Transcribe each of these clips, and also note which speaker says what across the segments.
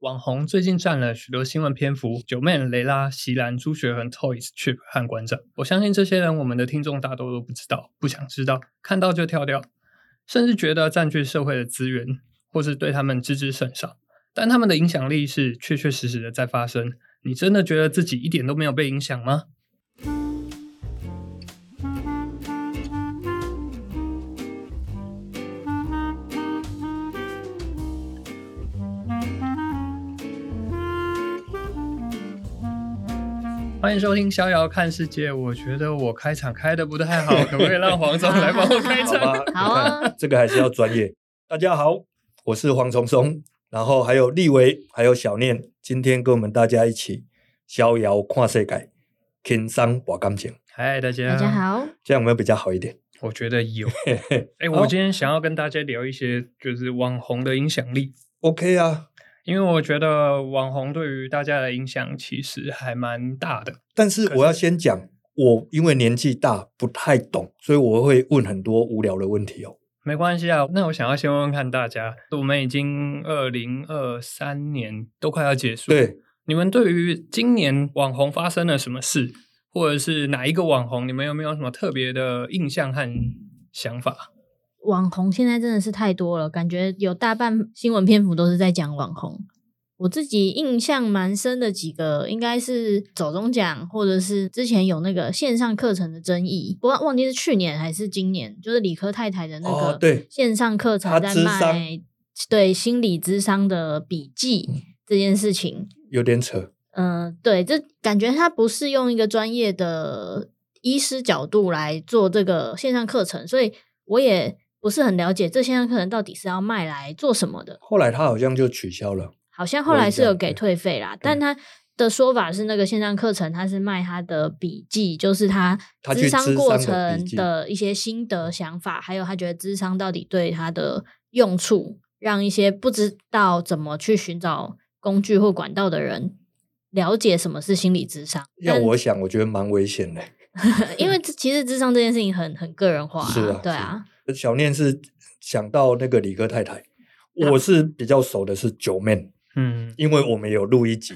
Speaker 1: 网红最近占了许多新闻篇幅，九妹、雷拉、席兰、朱学恒、Toys、Chip 和馆长。我相信这些人，我们的听众大多都不知道，不想知道，看到就跳掉，甚至觉得占据社会的资源，或是对他们知之甚少。但他们的影响力是确确实实的在发生。你真的觉得自己一点都没有被影响 吗？欢迎收听《逍遥看世界》。我觉得我开场开的不太好，可不可以让黄总来帮我开
Speaker 2: 好
Speaker 1: 场？
Speaker 2: 吧，你
Speaker 3: 好啊
Speaker 2: 看这个还是要专业。大家好，我是黄崇松，然后还有立维，还有小念，今天跟我们大家一起逍遥看世界，轻松把感情，
Speaker 1: 嗨，大家，
Speaker 3: 大家。好，
Speaker 2: 这样有没有比较好一点？
Speaker 1: 我觉得有。
Speaker 2: 嘿嘿
Speaker 1: 哎、我今天想要跟大家聊一些就是网红的影响力，
Speaker 2: OK 啊，
Speaker 1: 因为我觉得网红对于大家的影响其实还蛮大的。
Speaker 2: 但是我要先讲，我因为年纪大不太懂，所以我会问很多无聊的问题哦。
Speaker 1: 没关系啊，那我想要先问问看大家，我们已经二零二三年都快要结束，，
Speaker 2: 对，
Speaker 1: 你们对于今年网红发生了什么事，或者是哪一个网红，你们有没有什么特别的印象和想法？
Speaker 3: 网红现在真的是太多了，感觉有大半新闻篇幅都是在讲网红。我自己印象蛮深的几个，应该是走中奖，或者是之前有那个线上课程的争议，不忘忘记是去年还是今年，就是理科太太的那
Speaker 2: 哦，
Speaker 3: 个
Speaker 2: 对，
Speaker 3: 线上课程
Speaker 2: 她
Speaker 3: 在
Speaker 2: 咨
Speaker 3: 卖
Speaker 2: 商
Speaker 3: 对心理智商的笔记
Speaker 2: 嗯
Speaker 3: 这件事情，
Speaker 2: 有点扯，
Speaker 3: 嗯，对，这感觉他不是用一个专业的医师角度来做这个线上课程，所以我也不是很了解这线上课程到底是要卖来做什么的。
Speaker 2: 后来他好像就取消了。
Speaker 3: 好像后
Speaker 2: 我
Speaker 3: 来
Speaker 2: 也
Speaker 3: 是有
Speaker 2: 想
Speaker 3: 给
Speaker 2: 对
Speaker 3: 退费啦，但他的说法是那个线上课程他是卖他的笔记，就是他
Speaker 2: 他
Speaker 3: 智
Speaker 2: 去
Speaker 3: 商
Speaker 2: 咨
Speaker 3: 过
Speaker 2: 商的笔
Speaker 3: 程
Speaker 2: 记嗯
Speaker 3: 的一些心得想法，还有他觉得智商到底对他的用处，让一些不知道怎么去寻找工具或管道的人。了解什么是心理智商，
Speaker 2: 要
Speaker 3: 但
Speaker 2: 我想，我觉得蛮危险的。
Speaker 3: 因为这其实智商这件事情很很个人化、
Speaker 2: 是啊
Speaker 3: 对
Speaker 2: 是
Speaker 3: 啊，
Speaker 2: 小念是想到那个理科 太太，我是比较熟的是九妹，，
Speaker 1: 嗯
Speaker 2: 因为我们有录 一集，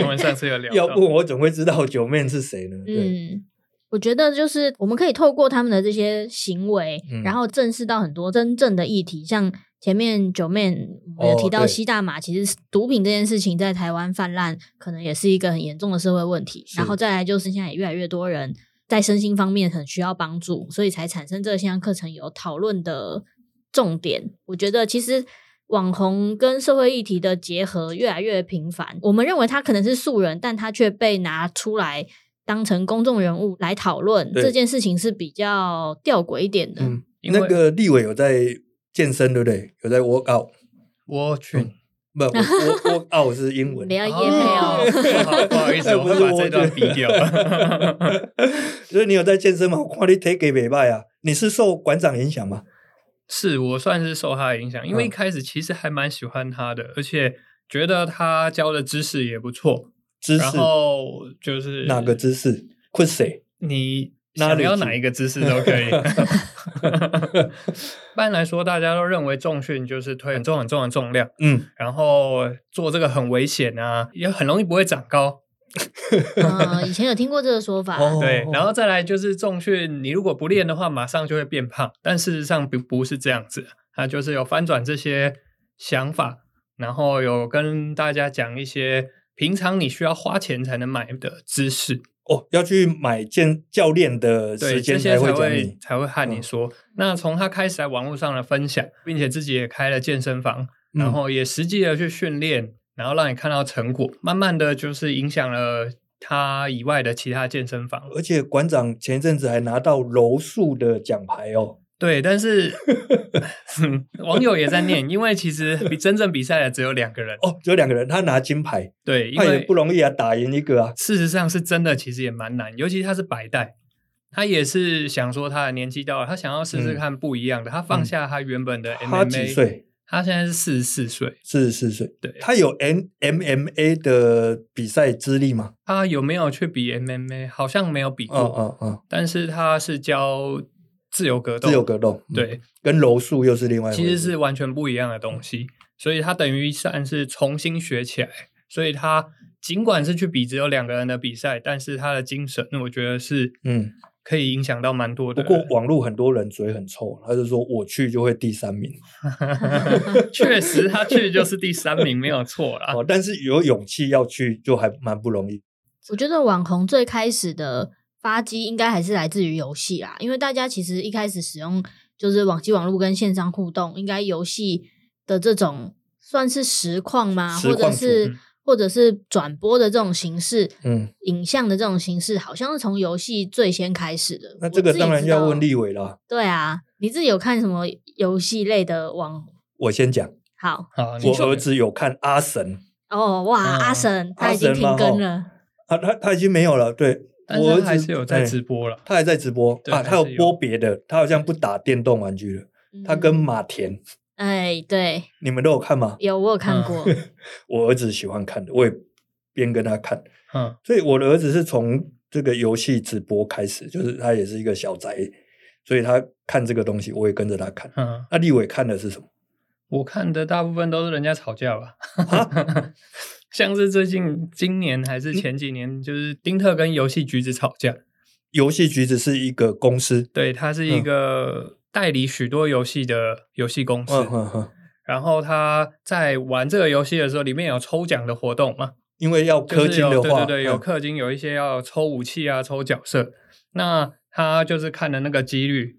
Speaker 1: 我们上次有聊到，
Speaker 2: 要不我怎么会知道九妹是谁呢？对，
Speaker 3: 嗯，我觉得就是我们可以透过他们的这些行为，
Speaker 2: 嗯
Speaker 3: 然后正视到很多真正的议题，像前面九妹我们有
Speaker 2: 哦
Speaker 3: 提到
Speaker 2: 对
Speaker 3: 吸大麻，其实毒品这件事情在台湾泛滥，可能也是一个很严重的社会问题。然
Speaker 2: 是
Speaker 3: 后再来就是现在也越来越多人在身心方面很需要帮助，所以才产生这个线上课程有讨论的重点。我觉得其实。网红跟社会议题的结合越来越频繁，我们认为他可能是素人，但他却被拿出来当成公众人物来讨论，
Speaker 2: 对
Speaker 3: 这件事情是比较吊诡一点的。
Speaker 2: 嗯，
Speaker 1: 因为
Speaker 2: 那个立伟有在健身，对不对？有在 work out，
Speaker 1: 我去，
Speaker 2: 不我我 work out 是英 文
Speaker 3: 不。要
Speaker 1: 哦
Speaker 3: 夜配哦，
Speaker 1: 好不好意 思，
Speaker 2: 哎
Speaker 1: 我
Speaker 2: 不
Speaker 1: 会
Speaker 2: 是
Speaker 1: 把这段
Speaker 2: 我
Speaker 1: 逼 掉。
Speaker 2: 所以你有在健身吗？我看你腿给北拜啊！你是受馆长影响吗？
Speaker 1: 是我算是受他的影响，因为一
Speaker 2: 嗯
Speaker 1: 开始其实还蛮喜欢他的，而且觉得他教的知识也不错。
Speaker 2: 姿势
Speaker 1: 然后就是
Speaker 2: 哪个姿势？困谁？
Speaker 1: 你
Speaker 2: 哪
Speaker 1: 想
Speaker 2: 里
Speaker 1: 要
Speaker 2: 知
Speaker 1: 哪一个姿势都 可以。一般来说，大家都认为重训就是推很重很重的重量，
Speaker 2: 嗯，
Speaker 1: 然后做这个很危险啊，也很容易不会长高。
Speaker 3: 嗯，以前有听过这个说 法，
Speaker 2: 哦
Speaker 1: 啊对，然后再来就是重训，你如果不练的话，马上就会变胖。但事实上不不是这样子，它就是有翻转这些想法，然后有跟大家讲一些平常你需要花钱才能买的知识，
Speaker 2: 哦，要去买健教练的
Speaker 1: 对，
Speaker 2: 时
Speaker 1: 这
Speaker 2: 间
Speaker 1: 些
Speaker 2: 才
Speaker 1: 才
Speaker 2: 会教
Speaker 1: 会
Speaker 2: 你。
Speaker 1: 才会和你
Speaker 2: 嗯
Speaker 1: 说。那从他开始在网络上的分享，并且自己也开了健身房，然
Speaker 2: 嗯
Speaker 1: 后也实际的去训练，然后让你看到成果，慢慢的就是影响了他以外的其他健身房。
Speaker 2: 而且馆长前一阵子还拿到柔术的奖牌哦。
Speaker 1: 对，但是嗯网友也在念，因为其实比真正比赛的只有两个人。
Speaker 2: 哦，只有两个人，他拿金牌，
Speaker 1: 对，因
Speaker 2: 他也
Speaker 1: 为
Speaker 2: 不容易啊，打赢一个啊。
Speaker 1: 事实上是真的，其实也蛮难，尤其他是白带。他也是想说，他的年纪到了，他想要试试
Speaker 2: 嗯
Speaker 1: 看不一样的。他放
Speaker 2: 嗯
Speaker 1: 下他原本的 MMA，
Speaker 2: 他几岁？
Speaker 1: 他现在是四十四岁。
Speaker 2: 四十四岁。
Speaker 1: 对，
Speaker 2: 他有 N MMA 的比赛资历吗？
Speaker 1: 他有没有去比 MMA？好像没有比过，
Speaker 2: 嗯嗯嗯，
Speaker 1: 但是他是教自由格斗。
Speaker 2: 自由格斗，嗯，
Speaker 1: 对，
Speaker 2: 跟柔术又是另外一回
Speaker 1: 其
Speaker 2: 事
Speaker 1: 实是完全不一样的东西。所以他等于算是重新学起来。所以他尽管是去比只有两个人的比赛，但是他的精神，我觉得是
Speaker 2: 嗯，
Speaker 1: 可以影响到蛮多的
Speaker 2: 不
Speaker 1: 人。
Speaker 2: 过网络很多人嘴很臭，他就说我去就会第三名
Speaker 1: 确实他去就是第三名，没有错啦。
Speaker 2: 哦，但是有勇气要去就还蛮不容易。
Speaker 3: 我觉得网红最开始的发迹应该还是来自于游戏啦，因为大家其实一开始使用就是网际网络跟线上互动，应该游戏的这种算是实况吗？
Speaker 2: 实
Speaker 3: 或者
Speaker 2: 况
Speaker 3: 是、
Speaker 1: 组嗯
Speaker 3: 或者是转播的这种形式，
Speaker 2: 嗯，
Speaker 3: 影像的这种形式，好像是从游戏最先开始的。
Speaker 2: 那
Speaker 3: 我
Speaker 2: 这个
Speaker 3: 自己
Speaker 2: 当然
Speaker 3: 知
Speaker 2: 要
Speaker 3: 道
Speaker 2: 问立伟啦。
Speaker 3: 对啊，你自己有看什么游戏类的网？
Speaker 2: 我先讲，
Speaker 3: 好
Speaker 1: 好，你
Speaker 2: 我
Speaker 1: 啊说
Speaker 2: 儿子有看阿神，
Speaker 3: 哦，哇，
Speaker 1: 嗯
Speaker 3: 阿神他
Speaker 2: 啊阿
Speaker 3: 已经
Speaker 2: 神
Speaker 3: 停
Speaker 2: 嘛
Speaker 3: 更
Speaker 2: 吼
Speaker 3: 了，
Speaker 2: 啊，他他已经没有了。对，
Speaker 1: 但是
Speaker 2: 我儿
Speaker 1: 他
Speaker 2: 子
Speaker 1: 还是有在直
Speaker 2: 哎
Speaker 1: 播了。
Speaker 2: 他还在直播
Speaker 1: 对
Speaker 2: 啊，
Speaker 1: 还
Speaker 2: 他有
Speaker 1: 是有
Speaker 2: 播别的，他好像不打电动玩具了。他跟
Speaker 3: 嗯
Speaker 2: 马田，
Speaker 3: 哎对
Speaker 2: 你们都有看吗？
Speaker 3: 有我有看
Speaker 2: 啊
Speaker 1: 嗯
Speaker 3: 过，
Speaker 2: 我儿子喜欢看的，我也边跟他看。
Speaker 1: 嗯，
Speaker 2: 所以我的儿子是从这个游戏直播开始，就是他也是一个小宅，所以他看这个东西，我也跟着他看。
Speaker 1: 嗯，
Speaker 2: 那立伟看的是什么？
Speaker 1: 我看的大部分都是人家吵架吧，
Speaker 2: 啊
Speaker 1: 像是最近今年还
Speaker 2: 嗯
Speaker 1: 是前几年，就是丁特跟游戏橘子吵架。
Speaker 2: 游戏橘子是一个公司，
Speaker 1: 对，它是一
Speaker 2: 嗯
Speaker 1: 个代理许多游戏的游戏公司。
Speaker 2: 嗯哼哼，
Speaker 1: 然后他在玩这个游戏的时候，里面有抽奖的活动嘛？
Speaker 2: 因为要
Speaker 1: 就
Speaker 2: 氪
Speaker 1: 是
Speaker 2: 金
Speaker 1: 有
Speaker 2: 的话，
Speaker 1: 对对对，有
Speaker 2: 嗯
Speaker 1: 氪金，有一些要抽武器啊，抽角色。那他就是看了那个几率，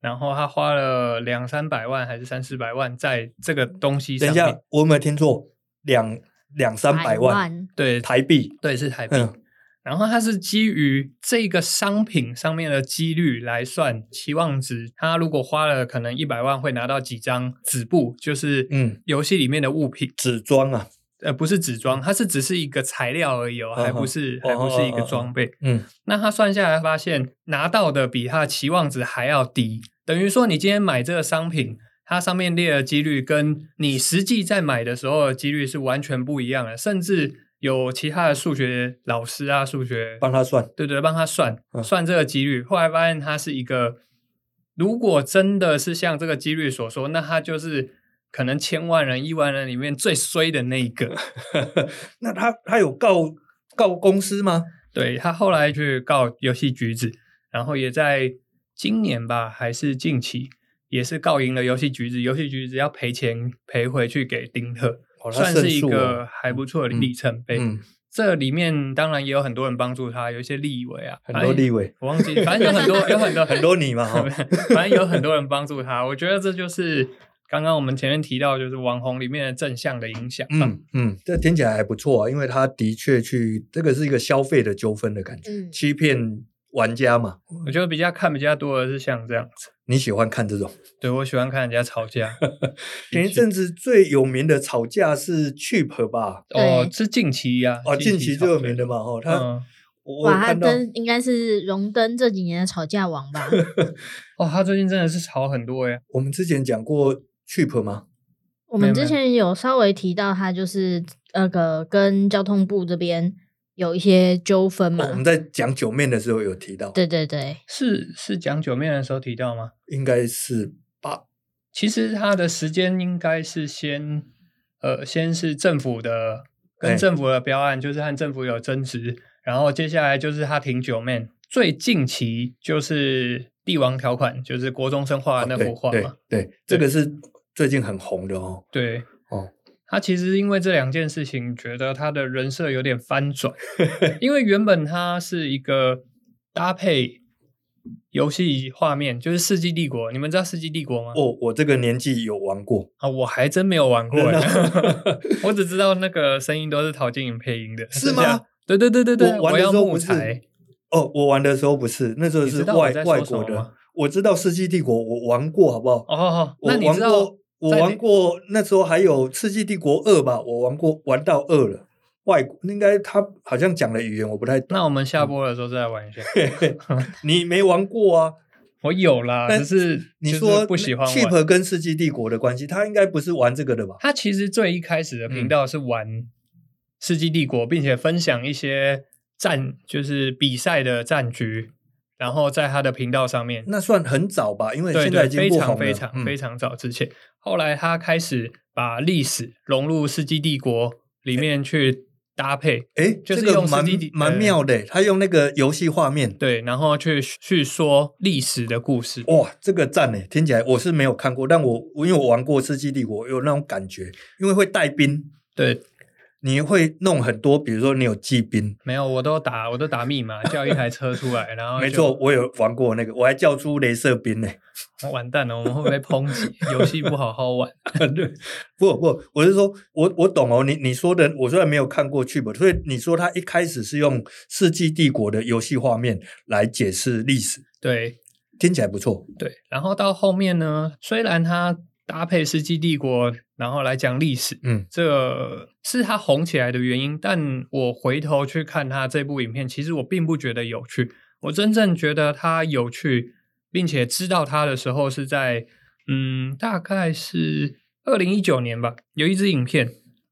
Speaker 1: 然后他花了两三百万还是三四百万在这个东西
Speaker 2: 等
Speaker 1: 上
Speaker 2: 一
Speaker 1: 面
Speaker 2: 下。我有没有听错？两两三百万
Speaker 1: 对，
Speaker 2: 台币，
Speaker 1: 对是台币。
Speaker 2: 嗯
Speaker 1: 然后它是基于这个商品上面的几率来算期望值。他如果花了可能一百万，会拿到几张纸布，就是
Speaker 2: 嗯
Speaker 1: 游戏里面的物品，
Speaker 2: 纸装啊，
Speaker 1: 呃，不是纸装，它是只是一个材料而已哦，
Speaker 2: 嗯哼
Speaker 1: 还不是还不是一个装备。
Speaker 2: 嗯
Speaker 1: 那他算下来发现，拿到的比他的期望值还要低，等于说你今天买这个商品。它上面列的几率跟你实际在买的时候的几率是完全不一样的，甚至有其他的数学老师啊，数学
Speaker 2: 帮他算，
Speaker 1: 对对，帮他算
Speaker 2: 嗯
Speaker 1: 算这个几率。后来发现它是一个，如果真的是像这个几率所说，那它就是可能千万人、亿万人里面最衰的那一 个。
Speaker 2: 那他他有告告公司吗？
Speaker 1: 对他后来去告游戏橘子，然后也在今年吧，还是近期，也是告赢了游戏橘子。游戏橘子要赔钱赔回去给丁特，
Speaker 2: 哦他
Speaker 1: 算是一
Speaker 2: 胜诉
Speaker 1: 个哎
Speaker 2: 哦
Speaker 1: 还不错的
Speaker 2: 嗯
Speaker 1: 里程碑。
Speaker 2: 嗯，
Speaker 1: 这里面当然也有很多人帮助他，有一些立委啊，
Speaker 2: 很多立委，
Speaker 1: 我忘记，反正有很 多，有很 多，
Speaker 2: 很多你嘛 哈
Speaker 1: 反正有很多人帮助他。我觉得这就是刚刚我们前面提到，就是网红里面的正向的影响。，
Speaker 2: 嗯嗯，这听起来还不错啊，因为他的确去，这个是一个消费的纠纷的感觉，
Speaker 3: 嗯，
Speaker 2: 欺骗玩家嘛。
Speaker 1: 我觉得比较看比较多的是像这样子。
Speaker 2: 你喜欢看这种？
Speaker 1: 对我喜欢看人家吵 架。
Speaker 2: 前一阵子最有名的吵架是 Cheap 吧？
Speaker 1: 哦
Speaker 3: 对，
Speaker 1: 是啊近期呀、
Speaker 2: 哦，近期最有名的
Speaker 1: 嘛。
Speaker 2: 嘛，哦，他、
Speaker 1: 嗯，
Speaker 2: 我有
Speaker 3: 哇，他
Speaker 2: 看到，
Speaker 3: 真应该是荣登这几年的吵架 王吧？
Speaker 1: 哦，他最近真的是吵很多耶。
Speaker 2: 我们之前讲过 Cheap 吗？
Speaker 3: 我
Speaker 1: 没
Speaker 3: 们
Speaker 1: 有
Speaker 3: 之
Speaker 1: 没有
Speaker 3: 前有稍微提到他，就是那个跟交通部这边有一些纠纷嘛
Speaker 1: 啊
Speaker 2: 哦，我。们在讲九面的时候有提到，
Speaker 3: 对对对，
Speaker 1: 是是讲九面的时候提到吗？
Speaker 2: 应该是吧？
Speaker 1: 其实他的时间应该是先，呃，先是政府的
Speaker 2: 哎
Speaker 1: 跟政府的标案，就是和政府有争执，然后接下来就是他停九面，最近期就是帝王条款，就是国中生画
Speaker 2: 啊
Speaker 1: 的那幅画
Speaker 2: 对
Speaker 1: 嘛，
Speaker 2: 对对，这个是最近很红的哦。
Speaker 1: 对。
Speaker 2: 哦，
Speaker 1: 他其实因为这两件事情，觉得他的人设有点翻转， 因为原本他是一个搭配游戏画面，就是《世纪帝国》，你们知道《世纪帝国》吗？
Speaker 2: 哦，我这个年纪有玩过，
Speaker 1: 啊，我还真没有玩过耶
Speaker 2: 真 的，
Speaker 1: 我只知道那个声音都是陶晶莹配音的，
Speaker 2: 是
Speaker 1: 剩下
Speaker 2: 吗？
Speaker 1: 对对对对对，
Speaker 2: 我玩
Speaker 1: 我
Speaker 2: 的时
Speaker 1: 要
Speaker 2: 候
Speaker 1: 木
Speaker 2: 不是
Speaker 1: 材，
Speaker 2: 哦，我玩的时候不是，那时候
Speaker 1: 你
Speaker 2: 是
Speaker 1: 知道我
Speaker 2: 外
Speaker 1: 在说
Speaker 2: 外
Speaker 1: 什
Speaker 2: 国
Speaker 1: 么
Speaker 2: 的
Speaker 1: 吗。
Speaker 2: 我知道《世纪帝国》，我玩过，好不好？
Speaker 1: 哦，
Speaker 2: 我
Speaker 1: 那你
Speaker 2: 玩
Speaker 1: 知道
Speaker 2: 过，我
Speaker 1: 在
Speaker 2: 玩
Speaker 1: 那
Speaker 2: 过，那时候还有《世纪帝国二》吧，我玩过，玩到二了。外国应该他好像讲的语言我不太懂，
Speaker 1: 那我们
Speaker 2: 嗯
Speaker 1: 下播的时候再来 玩一下。
Speaker 2: 你没玩过啊？
Speaker 1: 我有啦，
Speaker 2: 但
Speaker 1: 只是
Speaker 2: 你
Speaker 1: 就是
Speaker 2: 说
Speaker 1: 不喜欢玩。
Speaker 2: Cheap 跟《世纪帝国》的关系，他应该不是玩这个的吧？
Speaker 1: 他其实最一开始的
Speaker 2: 嗯
Speaker 1: 频道是玩《世纪帝国》，并且分享一些战，就是比赛的战局，然后在他的频道上面
Speaker 2: 那算很早吧，因为
Speaker 1: 对
Speaker 2: 现
Speaker 1: 对，
Speaker 2: 在已经
Speaker 1: 非
Speaker 2: 不
Speaker 1: 常
Speaker 2: 红嗯
Speaker 1: 非
Speaker 2: 了
Speaker 1: 常。非常早之前，后来他开始把历史融入世纪帝国里面去搭配，
Speaker 2: 哎，
Speaker 1: 就是
Speaker 2: 这个
Speaker 1: 用
Speaker 2: 蛮
Speaker 1: CD
Speaker 2: 蛮妙的，他用那个游戏画面，
Speaker 1: 对，然后去去说历史的故事。
Speaker 2: 哇，这个赞呢，欸听起来我是没有看过，但我我因为我玩过《世纪帝国》，有那种感觉，因为会带兵，
Speaker 1: 对，
Speaker 2: 你会弄很多，比如说你有骑兵，
Speaker 1: 没有，我都打我都打密码，叫一台车出来，然后
Speaker 2: 没
Speaker 1: 就
Speaker 2: 错，，我有玩过那个，我还叫出镭射兵呢。
Speaker 1: 完蛋了，我们会被抨击， 游戏不好好玩。
Speaker 2: 对，不不，我是说，我我懂哦。你你说的，我虽然没有看过剧本，所以你说他一开始是用《世纪帝国》的游戏画面来解释历史，
Speaker 1: 对
Speaker 2: 听起来不错。
Speaker 1: 对，然后到后面呢，虽然它搭配《世纪帝国》，然后来讲历史，
Speaker 2: 嗯，
Speaker 1: 这是它红起来的原因。但我回头去看它这部影片，其实我并不觉得有趣。我真正觉得它有趣，并且知道它的时候是在嗯，大概是二零一九年吧，有一支影片。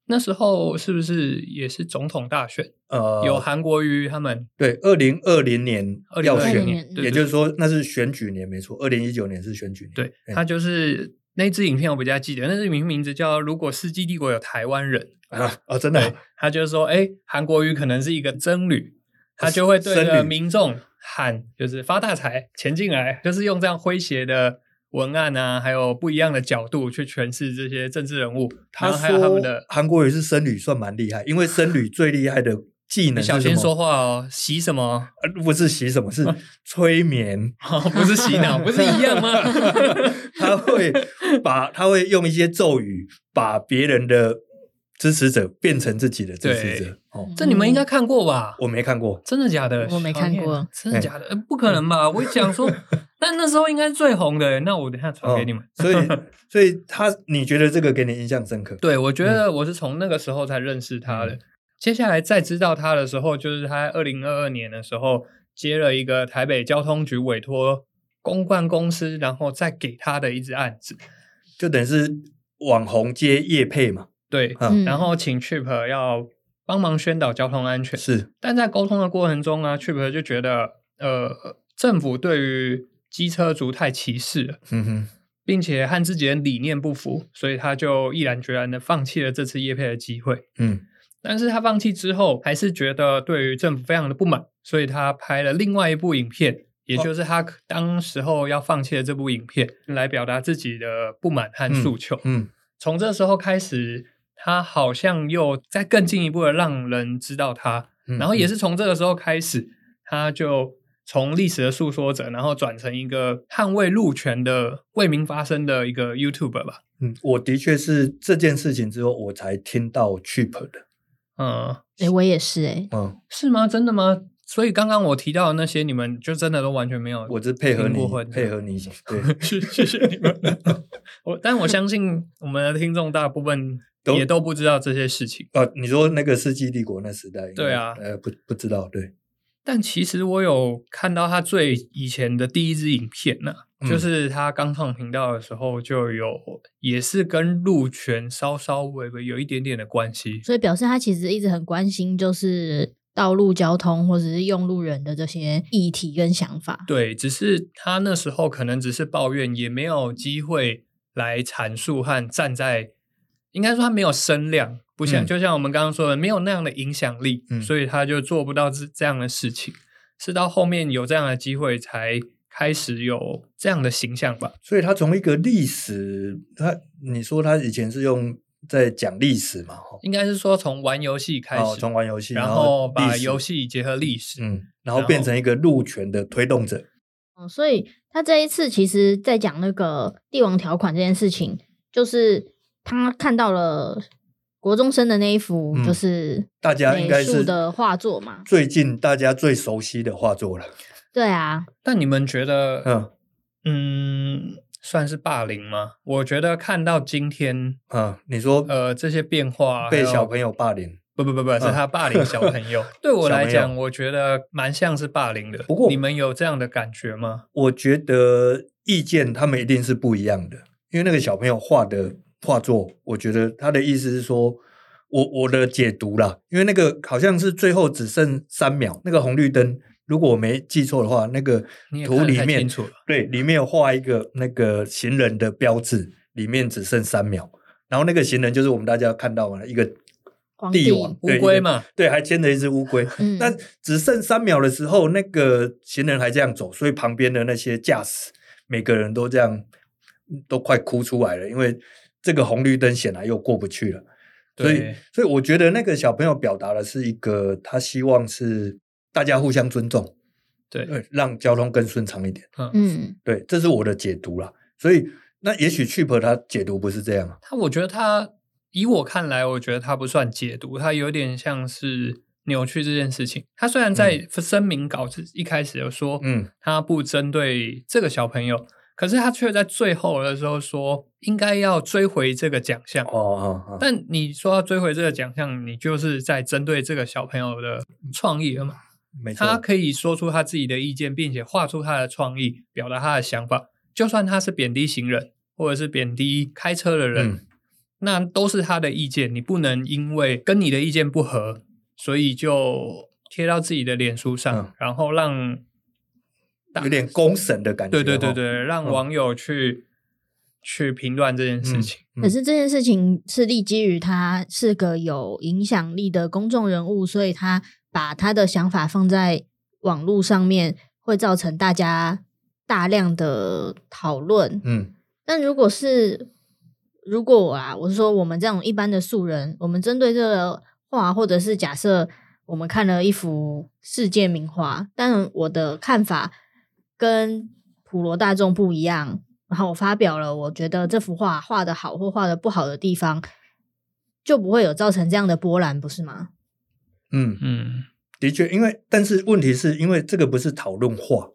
Speaker 1: 那时候是不是也是总统大选？
Speaker 2: 呃，
Speaker 1: 有韩国瑜他们
Speaker 2: 对，二零二零年要
Speaker 1: 2020
Speaker 2: 选，
Speaker 1: 年，对
Speaker 2: 也就是说那是选举年，没错。二零一九年是选举年，
Speaker 1: 对，
Speaker 2: 嗯
Speaker 1: 他就是那支影片我比较记得，那支影片名字叫《如果世纪帝国有台湾人》，
Speaker 2: 啊啊，真的
Speaker 1: 对
Speaker 2: 啊，
Speaker 1: 他就是说，哎，韩国瑜可能是一个僧侣，他就会对
Speaker 2: 啊僧
Speaker 1: 着
Speaker 2: 侣
Speaker 1: 民众喊，就是发大财，钱进来，就是用这样诙谐的文案啊，还有不一样的角度去诠释这些政治人物，
Speaker 2: 他
Speaker 1: 然后还有他
Speaker 2: 说
Speaker 1: 们的。
Speaker 2: 韩国瑜是僧侣，算蛮厉害，因为僧侣最厉害的技
Speaker 1: 你
Speaker 2: 能
Speaker 1: 小
Speaker 2: 是什
Speaker 1: 心
Speaker 2: 么
Speaker 1: 说话哦，洗什么？ 哦
Speaker 2: 呃不是洗什么，是催眠。
Speaker 1: 不是洗脑，不是一 样吗？
Speaker 2: 他会把他会用一些咒语把别人的支持者变成自己的支持者。哦，
Speaker 1: 这你们应
Speaker 3: 嗯
Speaker 1: 该看过吧？
Speaker 2: 我没看过，
Speaker 1: 真的假的？
Speaker 3: 我没看过
Speaker 1: 小念，真的假的？呃不可能吧！我想说，但那时候应该是最红的。欸那我等一下传给你们。
Speaker 2: 所以所以他你觉得这个给你印象深刻？
Speaker 1: 对，我觉得我是从那个时候才认识他的。接下来再知道他的时候，就是他二零二二年的时候接了一个台北交通局委托公关公司，然后再给他的一支案子。
Speaker 2: 就等于是网红接叶配嘛，
Speaker 1: 对，
Speaker 2: 嗯
Speaker 1: 然后请 Chip 要帮忙宣导交通安全。
Speaker 2: 是
Speaker 1: 但在沟通的过程中啊，Chip 就觉得，呃，政府对于机车族太歧视了。
Speaker 2: 嗯哼，
Speaker 1: 并且和自己的理念不符，所以他就毅然决然的放弃了这次叶配的机会。
Speaker 2: 嗯
Speaker 1: 但是他放弃之后，还是觉得对于政府非常的不满，所以他拍了另外一部影片，也就是他当时候要放弃的这部影片，来表达自己的不满和诉求。
Speaker 2: 嗯，
Speaker 1: 从这时候开始，他好像又再更进一步的让人知道他，
Speaker 2: 嗯
Speaker 1: 然后也是从这个时候开始，他就从历史的诉说者，然后转成一个捍卫路权的、为民发声的一个 YouTuber 吧。
Speaker 2: 嗯，我的确是这件事情之后我才听到 Cheap 的，
Speaker 1: 嗯，
Speaker 3: 哎、我也是哎、
Speaker 2: 嗯，
Speaker 1: 是吗？真的吗？所以刚刚我提到的那些，你们就真的都完全没有。
Speaker 2: 我是配合
Speaker 1: 听过或者
Speaker 2: 你配 合你，对，
Speaker 1: 是谢谢你们。 我但我相信我们的听众大部分
Speaker 2: 都
Speaker 1: 也都不知道这些事情。
Speaker 2: 啊，你说那个世纪帝国那时代，
Speaker 1: 对啊
Speaker 2: 呃，不不知道，对，
Speaker 1: 但其实我有看到他最以前的第一支影片呢、
Speaker 2: 嗯
Speaker 1: 就是他刚创频道的时候就有，也是跟路权稍稍微微有一点点的关系。
Speaker 3: 所以表示他其实一直很关心，就是道路交通或者是用路人的这些议题跟想法。
Speaker 1: 对，只是他那时候可能只是抱怨，也没有机会来阐述和站在，应该说他没有声量，不像、
Speaker 2: 嗯
Speaker 1: 就像我们刚刚说的，没有那样的影响力，
Speaker 2: 嗯
Speaker 1: 所以他就做不到这这样的事情。是到后面有这样的机会，才开始有这样的形象吧。
Speaker 2: 所以他从一个历史，他你说他以前是用在讲历史嘛，哈，
Speaker 1: 应该是说从玩游戏开始，
Speaker 2: 哦，从玩游戏，
Speaker 1: 然
Speaker 2: 后
Speaker 1: 后把
Speaker 2: 历史
Speaker 1: 游，戏结合历史。
Speaker 2: 嗯，然
Speaker 1: 然
Speaker 2: 后
Speaker 1: 后
Speaker 2: 变成一个路权的推动者，
Speaker 3: 嗯，所以他这一次其实在讲那个帝王条款这件事情，就是他看到了国中生的那一幅
Speaker 2: 嗯
Speaker 3: 就是
Speaker 2: 大家应该
Speaker 3: 美术
Speaker 2: 是
Speaker 3: 的画作嘛。
Speaker 2: 最近大家最熟悉的画作了，
Speaker 3: 对啊，
Speaker 1: 但你们觉得，
Speaker 2: 嗯
Speaker 1: 嗯，算是霸凌吗？我觉得看到今天，
Speaker 2: 嗯，你说
Speaker 1: 呃，这些变化
Speaker 2: 被
Speaker 1: 还有
Speaker 2: 小朋友霸凌，
Speaker 1: 不不不不是他霸凌小朋 友，对我来
Speaker 2: 小
Speaker 1: 讲
Speaker 2: 朋，
Speaker 1: 我觉得蛮像是霸凌的。
Speaker 2: 不过
Speaker 1: 你们有这样的感觉吗？
Speaker 2: 我觉得意见他们一定是不一样的，因为那个小朋友画的画作，我觉得他的意思是说，我我的解读啦，因为那个好像是最后只剩三秒，那个红绿灯，如果我没记错的话，那个
Speaker 1: 你也看
Speaker 2: 图
Speaker 1: 得
Speaker 2: 里
Speaker 1: 太
Speaker 2: 面
Speaker 1: 清楚了，
Speaker 2: 对里面有画一个那个行人的标志，里面只剩三秒，然后那个行人就是我们大家看到嘛，一个
Speaker 3: 皇
Speaker 2: 帝
Speaker 3: 帝
Speaker 2: 王
Speaker 1: 乌龟，嘛，
Speaker 2: 对一个对，还牵着一只乌龟。
Speaker 3: 嗯，
Speaker 2: 那只剩三秒的时候，那个行人还这样走，所以旁边的那些驾驶每个人都这样，都快哭出来了，因为这个红绿灯显然又过不去了。所以
Speaker 1: 对，
Speaker 2: 所以我觉得那个小朋友表达的是一个，他希望是大家互相尊重，
Speaker 1: 对，
Speaker 2: 对，让交通更顺畅一点。
Speaker 1: 嗯，
Speaker 3: 嗯
Speaker 2: 对，这是我的解读啦。所以那也许 Chip 他解读不是这样啊。
Speaker 1: 他我觉得他以我看来，我觉得他不算解读，他有点像是扭曲这件事情。他虽然在声明稿子一开始有说，
Speaker 2: 嗯，
Speaker 1: 他不针对这个小朋友，可是他却在最后的时候说应该要追回这个奖项。
Speaker 2: 哦哦哦，
Speaker 1: 但你说要追回这个奖项，你就是在针对这个小朋友的创意了嘛？
Speaker 2: 没错
Speaker 1: 他，可以说出他自己的意见，并且画出他的创意，表达他的想法。就算他是贬低行人，或者是贬低开车的人，
Speaker 2: 嗯
Speaker 1: 那都是他的意见。你不能因为跟你的意见不合，所以就贴到自己的脸书上，
Speaker 2: 嗯
Speaker 1: 然后让
Speaker 2: 有点公审的感
Speaker 1: 对
Speaker 2: 觉。
Speaker 1: 对对
Speaker 2: 哦，
Speaker 1: 对，让
Speaker 2: 嗯
Speaker 1: 网友去、去评断这件事
Speaker 2: 嗯
Speaker 1: 情。
Speaker 2: 嗯
Speaker 3: 可是这件事情是立基于他是个有影响力的公众人物，所以他把他的想法放在网络上面，会造成大家大量的讨论。
Speaker 2: 嗯
Speaker 3: 但如果是如果我啊，我是说我们这种一般的素人，我们针对这个画，或者是假设我们看了一幅世界名画，但我的看法跟普罗大众不一样，然后我发表了我觉得这幅画画的好或画的不好的地方，就不会有造成这样的波澜，不是吗？
Speaker 2: 嗯，
Speaker 1: 嗯，
Speaker 2: 的确，因为但是问题是因为这个不是讨论化，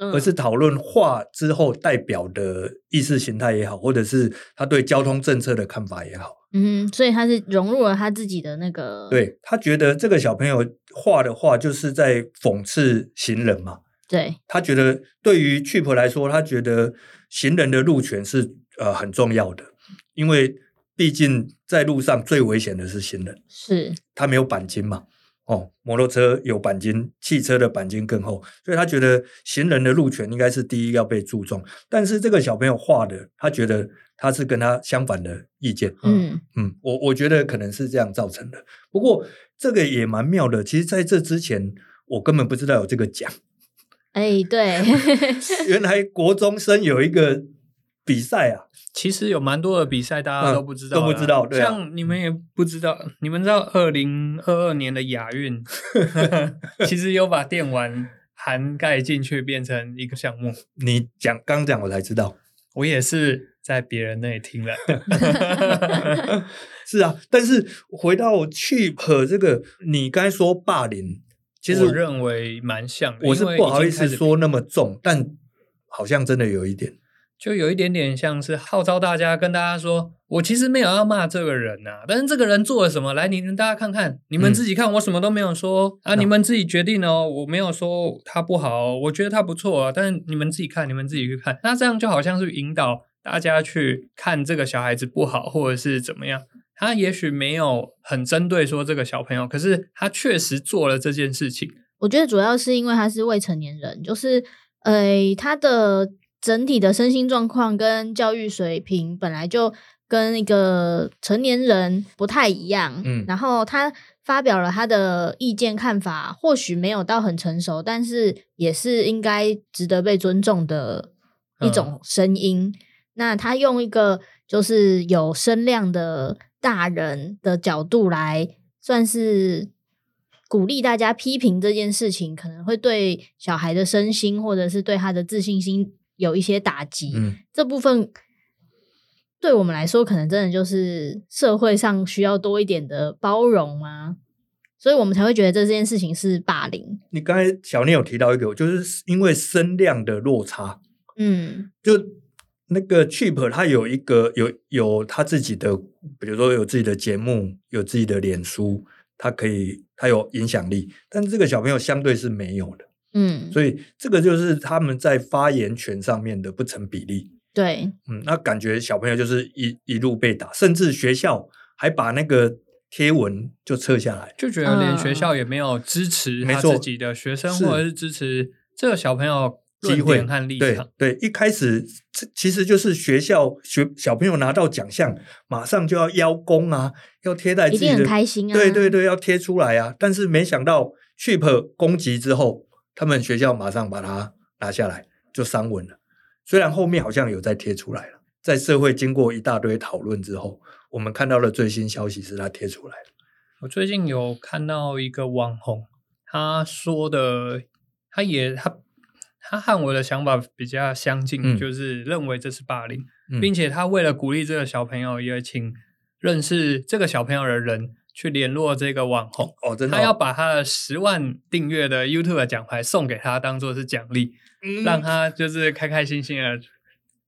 Speaker 3: 嗯
Speaker 2: 而是讨论化之后代表的意识形态也好，或者是他对交通政策的看法也好。
Speaker 3: 嗯哼，所以他是融入了他自己的那个，
Speaker 2: 对他觉得这个小朋友画的画就是在讽刺行人嘛。
Speaker 3: 对，
Speaker 2: 他觉得对于 Chip 来说，他觉得行人的路权是呃很重要的，因为毕竟在路上最危险的是行人，
Speaker 3: 是，
Speaker 2: 他没有钣金嘛。哦，摩托车有钣金，汽车的钣金更厚，所以他觉得行人的路权应该是第一要被注重。但是这个小朋友画的，他觉得他是跟他相反的意见。
Speaker 3: 嗯
Speaker 2: 嗯，我我觉得可能是这样造成的。不过这个也蛮妙的，其实在这之前我根本不知道有这个奖。
Speaker 3: 哎、对，
Speaker 2: 原来国中生有一个比赛啊，
Speaker 1: 其实有蛮多的比赛大家
Speaker 2: 嗯
Speaker 1: 都不知道啦、
Speaker 2: 都不知道对啊
Speaker 1: 像你们也不知道，你们知道二零二二年的亚 运，其实有把电玩涵盖进去，变成一个项目。
Speaker 2: 你讲刚讲我才知道。
Speaker 1: 我也是在别人那里听 了，
Speaker 2: 是啊，但是回到 cheap 这个，你刚才说霸凌，其实
Speaker 1: 我认为蛮像的。
Speaker 2: 我是
Speaker 1: 因为
Speaker 2: 不好
Speaker 1: 已
Speaker 2: 意
Speaker 1: 经开
Speaker 2: 思
Speaker 1: 始，
Speaker 2: 说那么重，但好像真的有一点。
Speaker 1: 就有一点点像是号召大家跟大家说，我其实没有要骂这个人呐、但是这个人做了什么，来你们大家看看，你们
Speaker 2: 嗯
Speaker 1: 自己看，我什么都没有说啊，
Speaker 2: 嗯
Speaker 1: 你们自己决定哦，我没有说他不好哦，我觉得他不错啊，但是你们自己看，你们自己去看，那这样就好像是引导大家去看这个小孩子不好，或者是怎么样。他也许没有很针对说这个小朋友，可是他确实做了这件事情。
Speaker 3: 我觉得主要是因为他是未成年人，就是呃，他的整体的身心状况跟教育水平本来就跟一个成年人不太一样，
Speaker 2: 嗯
Speaker 3: 然后他发表了他的意见看法，或许没有到很成熟，但是也是应该值得被尊重的一种声音。那他用一个就是有声量的大人的角度来，算是鼓励大家批评这件事情，可能会对小孩的身心或者是对他的自信心有一些打击。
Speaker 2: 嗯，
Speaker 3: 这部分对我们来说，可能真的就是社会上需要多一点的包容吗？所以我们才会觉得这件事情是霸凌。
Speaker 2: 你刚才小念有提到一个，就是因为声量的落差，
Speaker 3: 嗯
Speaker 2: 就那个 Cheap 他有一个有有他自己的，比如说有自己的节目，有自己的脸书，他可以他有影响力，但是这个小朋友相对是没有的，
Speaker 3: 嗯，
Speaker 2: 所以这个就是他们在发言权上面的不成比例。
Speaker 3: 对，
Speaker 2: 嗯，那感觉小朋友就是一一路被打，甚至学校还把那个贴文就撤下来。
Speaker 1: 就觉得连
Speaker 3: 嗯
Speaker 1: 学校也没有支持
Speaker 2: 没
Speaker 1: 他
Speaker 2: 错
Speaker 1: 自己的学生，
Speaker 2: 是
Speaker 1: 或者是支持这个小朋友
Speaker 2: 机会
Speaker 1: 论点和立
Speaker 2: 对
Speaker 1: 场。
Speaker 2: 对，一开始这其实就是学校学小朋友拿到奖项，马上就要邀功啊，要贴在自
Speaker 3: 一
Speaker 2: 己
Speaker 3: 定
Speaker 2: 的
Speaker 3: 很开心啊！
Speaker 2: 对对对，要贴出来啊！但是没想到 Chip 攻击之后，他们学校马上把它拿下来，就删文了。虽然后面好像有再贴出来了，在社会经过一大堆讨论之后，我们看到的最新消息是它贴出来了。
Speaker 1: 我最近有看到一个网红，他说的，他也他他和我的想法比较相近，
Speaker 2: 嗯
Speaker 1: 就是认为这是霸凌，
Speaker 2: 嗯
Speaker 1: 并且他为了鼓励这个小朋友，也请认识这个小朋友的人去联络这个网红。
Speaker 2: 哦，真的哦、
Speaker 1: 他要把他的十万订阅的 YouTube 的奖牌送给他，当做是奖励，
Speaker 2: 嗯
Speaker 1: 让他就是开开心心的，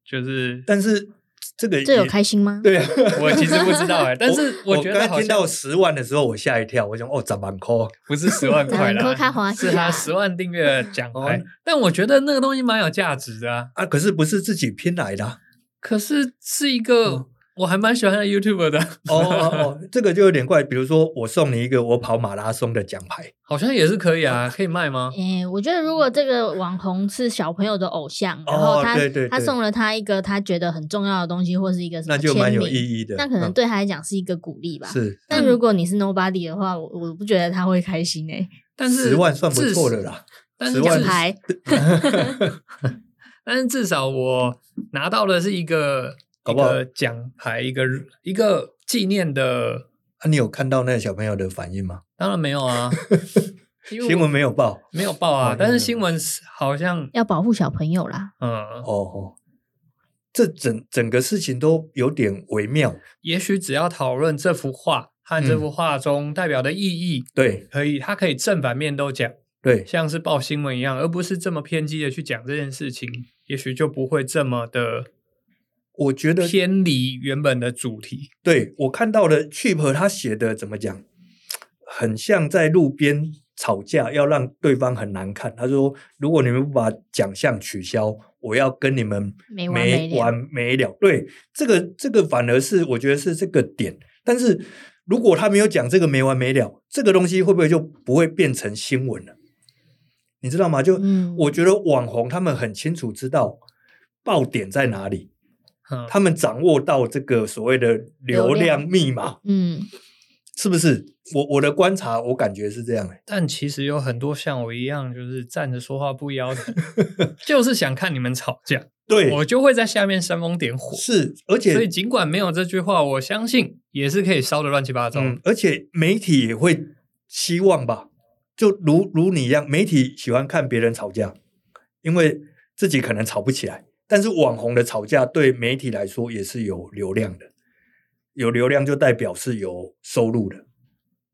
Speaker 1: 就是
Speaker 2: 但是这个
Speaker 3: 这有
Speaker 2: 也
Speaker 3: 开心吗？
Speaker 2: 对啊，
Speaker 1: 我其实不知道哎、 但是
Speaker 2: 我
Speaker 1: 觉
Speaker 2: 刚
Speaker 1: 得
Speaker 2: 才
Speaker 1: 好
Speaker 2: 听
Speaker 1: 像
Speaker 2: 到十万的时候，我吓一跳，我想哦，怎么扣？
Speaker 1: 不是十万块
Speaker 3: 咱们开
Speaker 1: 啦，
Speaker 3: 花
Speaker 1: 是
Speaker 3: 季
Speaker 1: 他
Speaker 3: 啊
Speaker 1: 十万订阅的奖牌
Speaker 2: 哦。
Speaker 1: 但我觉得那个东西蛮有价值的啊，
Speaker 2: 啊？可是不是自己拼来的啊、
Speaker 1: 可是是一
Speaker 2: 嗯
Speaker 1: 个我还蛮喜欢的 YouTube 的，
Speaker 2: 哦哦哦， 这个就有点怪。比如说，我送你一个我跑马拉松的奖牌，
Speaker 1: 好像也是可以啊，可以卖吗？
Speaker 3: 诶、我觉得如果这个网红是小朋友的偶像，然
Speaker 2: 哦
Speaker 3: 后他
Speaker 2: 对对
Speaker 3: 他
Speaker 2: 对
Speaker 3: 送了他一个他觉得很重要的东西，或是一个什
Speaker 2: 那
Speaker 3: 么
Speaker 2: 就蛮
Speaker 3: 签
Speaker 2: 有
Speaker 3: 名，
Speaker 2: 意义的。
Speaker 3: 那可能
Speaker 2: 嗯
Speaker 3: 对他来讲是一个鼓励吧。
Speaker 2: 是嗯
Speaker 3: 但如果你是 nobody 的话，我我不觉得他会开心诶、
Speaker 1: 但是
Speaker 2: 十万算不
Speaker 1: 至
Speaker 2: 错的啦。
Speaker 1: 但
Speaker 2: 十
Speaker 1: 是
Speaker 2: 万
Speaker 3: 奖
Speaker 1: 至
Speaker 3: 牌
Speaker 1: 但是至少我拿到的是一个
Speaker 2: 搞
Speaker 1: 一
Speaker 2: 不好
Speaker 1: 个奖牌，一个一个纪念的。
Speaker 2: 啊，你有看到那个小朋友的反应吗？
Speaker 1: 当然没有 啊，因为我
Speaker 2: 新闻没有报。
Speaker 1: 没有报啊
Speaker 2: 哦，
Speaker 1: 但
Speaker 2: 没有
Speaker 1: 是新闻是好像
Speaker 3: 要保护小朋友啦。
Speaker 1: 嗯，
Speaker 2: 哦哦，这整整个事情都有点微妙。
Speaker 1: 也许只要讨论这幅画和
Speaker 2: 嗯
Speaker 1: 这幅画中代表的意义，
Speaker 2: 对
Speaker 1: 可以，它可以正反面都讲，
Speaker 2: 对，
Speaker 1: 像是报新闻一样，而不是这么偏激的去讲这件事情，也许就不会这么的
Speaker 2: 我觉得
Speaker 1: 偏离原本的主题。
Speaker 2: 对我看到的 Chip 他写的怎么讲，很像在路边吵架，要让对方很难看。他说：“如果你们不把奖项取消，我要跟你们
Speaker 3: 没完没
Speaker 2: 没
Speaker 3: 了
Speaker 2: 完没了。”对，这个这个反而是我觉得是这个点。但是如果他没有讲这个没完没了，这个东西会不会就不会变成新闻了？你知道吗？就、
Speaker 3: 嗯
Speaker 2: 我觉得网红他们很清楚知道爆点在哪里。
Speaker 1: 嗯，
Speaker 2: 他们掌握到这个所谓的流
Speaker 3: 流量
Speaker 2: 量密码，
Speaker 3: 嗯，
Speaker 2: 是不是？我我的观察，我感觉是这样、欸。
Speaker 1: 但其实有很多像我一样，就是站着说话不腰疼， 就是想看你们吵架，
Speaker 2: 对，
Speaker 1: 我就会在下面煽风点火。
Speaker 2: 是，而
Speaker 1: 所以
Speaker 2: 且
Speaker 1: 尽管没有这句话，我相信也是可以烧的乱七八糟。
Speaker 2: 嗯，而且媒体也会希望吧，就如如你一样，媒体喜欢看别人吵架，因为自己可能吵不起来。但是网红的吵架对媒体来说也是有流量的，有流量就代表是有收入的。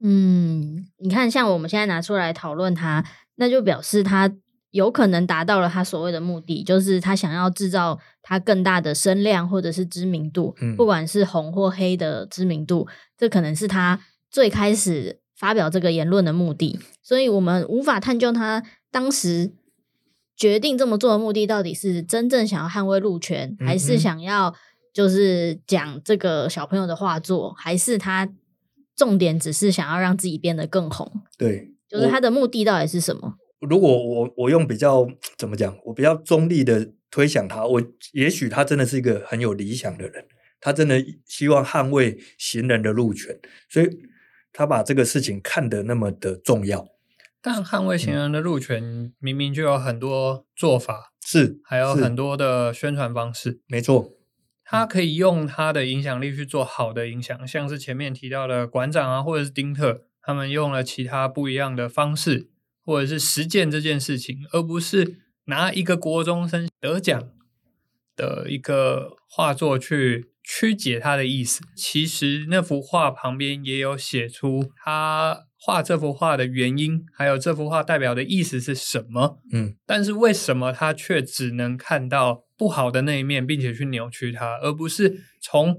Speaker 3: 嗯，你看，像我们现在拿出来讨论它，那就表示它有可能达到了它所谓的目的，就是它想要制造它更大的声量或者是知名度，
Speaker 2: 嗯
Speaker 3: 不管是红或黑的知名度，这可能是它最开始发表这个言论的目的。所以我们无法探究它当时决定这么做的目的到底是真正想要捍卫路权，还
Speaker 2: 嗯
Speaker 3: 是
Speaker 2: 哼
Speaker 3: 想要就是讲这个小朋友的画作，还是他重点只是想要让自己变得更红？
Speaker 2: 对，
Speaker 3: 就是
Speaker 2: 我
Speaker 3: 他的目的到底是什么？
Speaker 2: 如果我我用比较怎么讲，我比较中立的推想他，我也许他真的是一个很有理想的人，他真的希望捍卫行人的路权，所以他把这个事情看得那么的重要。
Speaker 1: 但捍
Speaker 2: 嗯
Speaker 1: 卫行人的路权，明明就有很多做法，
Speaker 2: 是，
Speaker 1: 还有
Speaker 2: 是嗯
Speaker 1: 很多的宣传方式。
Speaker 2: 没错，
Speaker 1: 他可以用他的影响力去做好的影响，像是前面提到的馆长啊，或者是丁特，他们用了其他不一样的方式，或者是实践这件事情，而不是拿一个国中生得奖的一个画作去曲解他的意思。其实那幅画旁边也有写出他画这幅画的原因，还有这幅画代表的意思是什么。
Speaker 2: 嗯，
Speaker 1: 但是为什么他却只能看到不好的那一面，并且去扭曲它，而不是从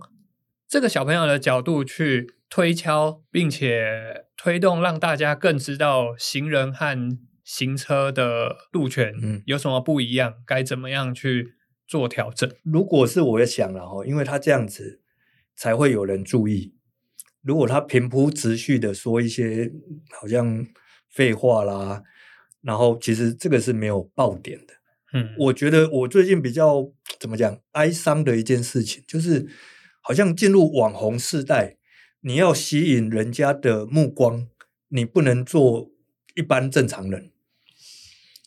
Speaker 1: 这个小朋友的角度去推敲，并且推动让大家更知道行人和行车的路权
Speaker 2: 嗯
Speaker 1: 有什么不一样，该怎么样去做调整？
Speaker 2: 如果是我想了哈，因为他这样子才会有人注意。如果他平铺直叙的说一些好像废话啦，然后其实这个是没有爆点的。
Speaker 1: 嗯，
Speaker 2: 我觉得我最近比较怎么讲哀伤的一件事情，就是好像进入网红时代，你要吸引人家的目光，你不能做一般正常人。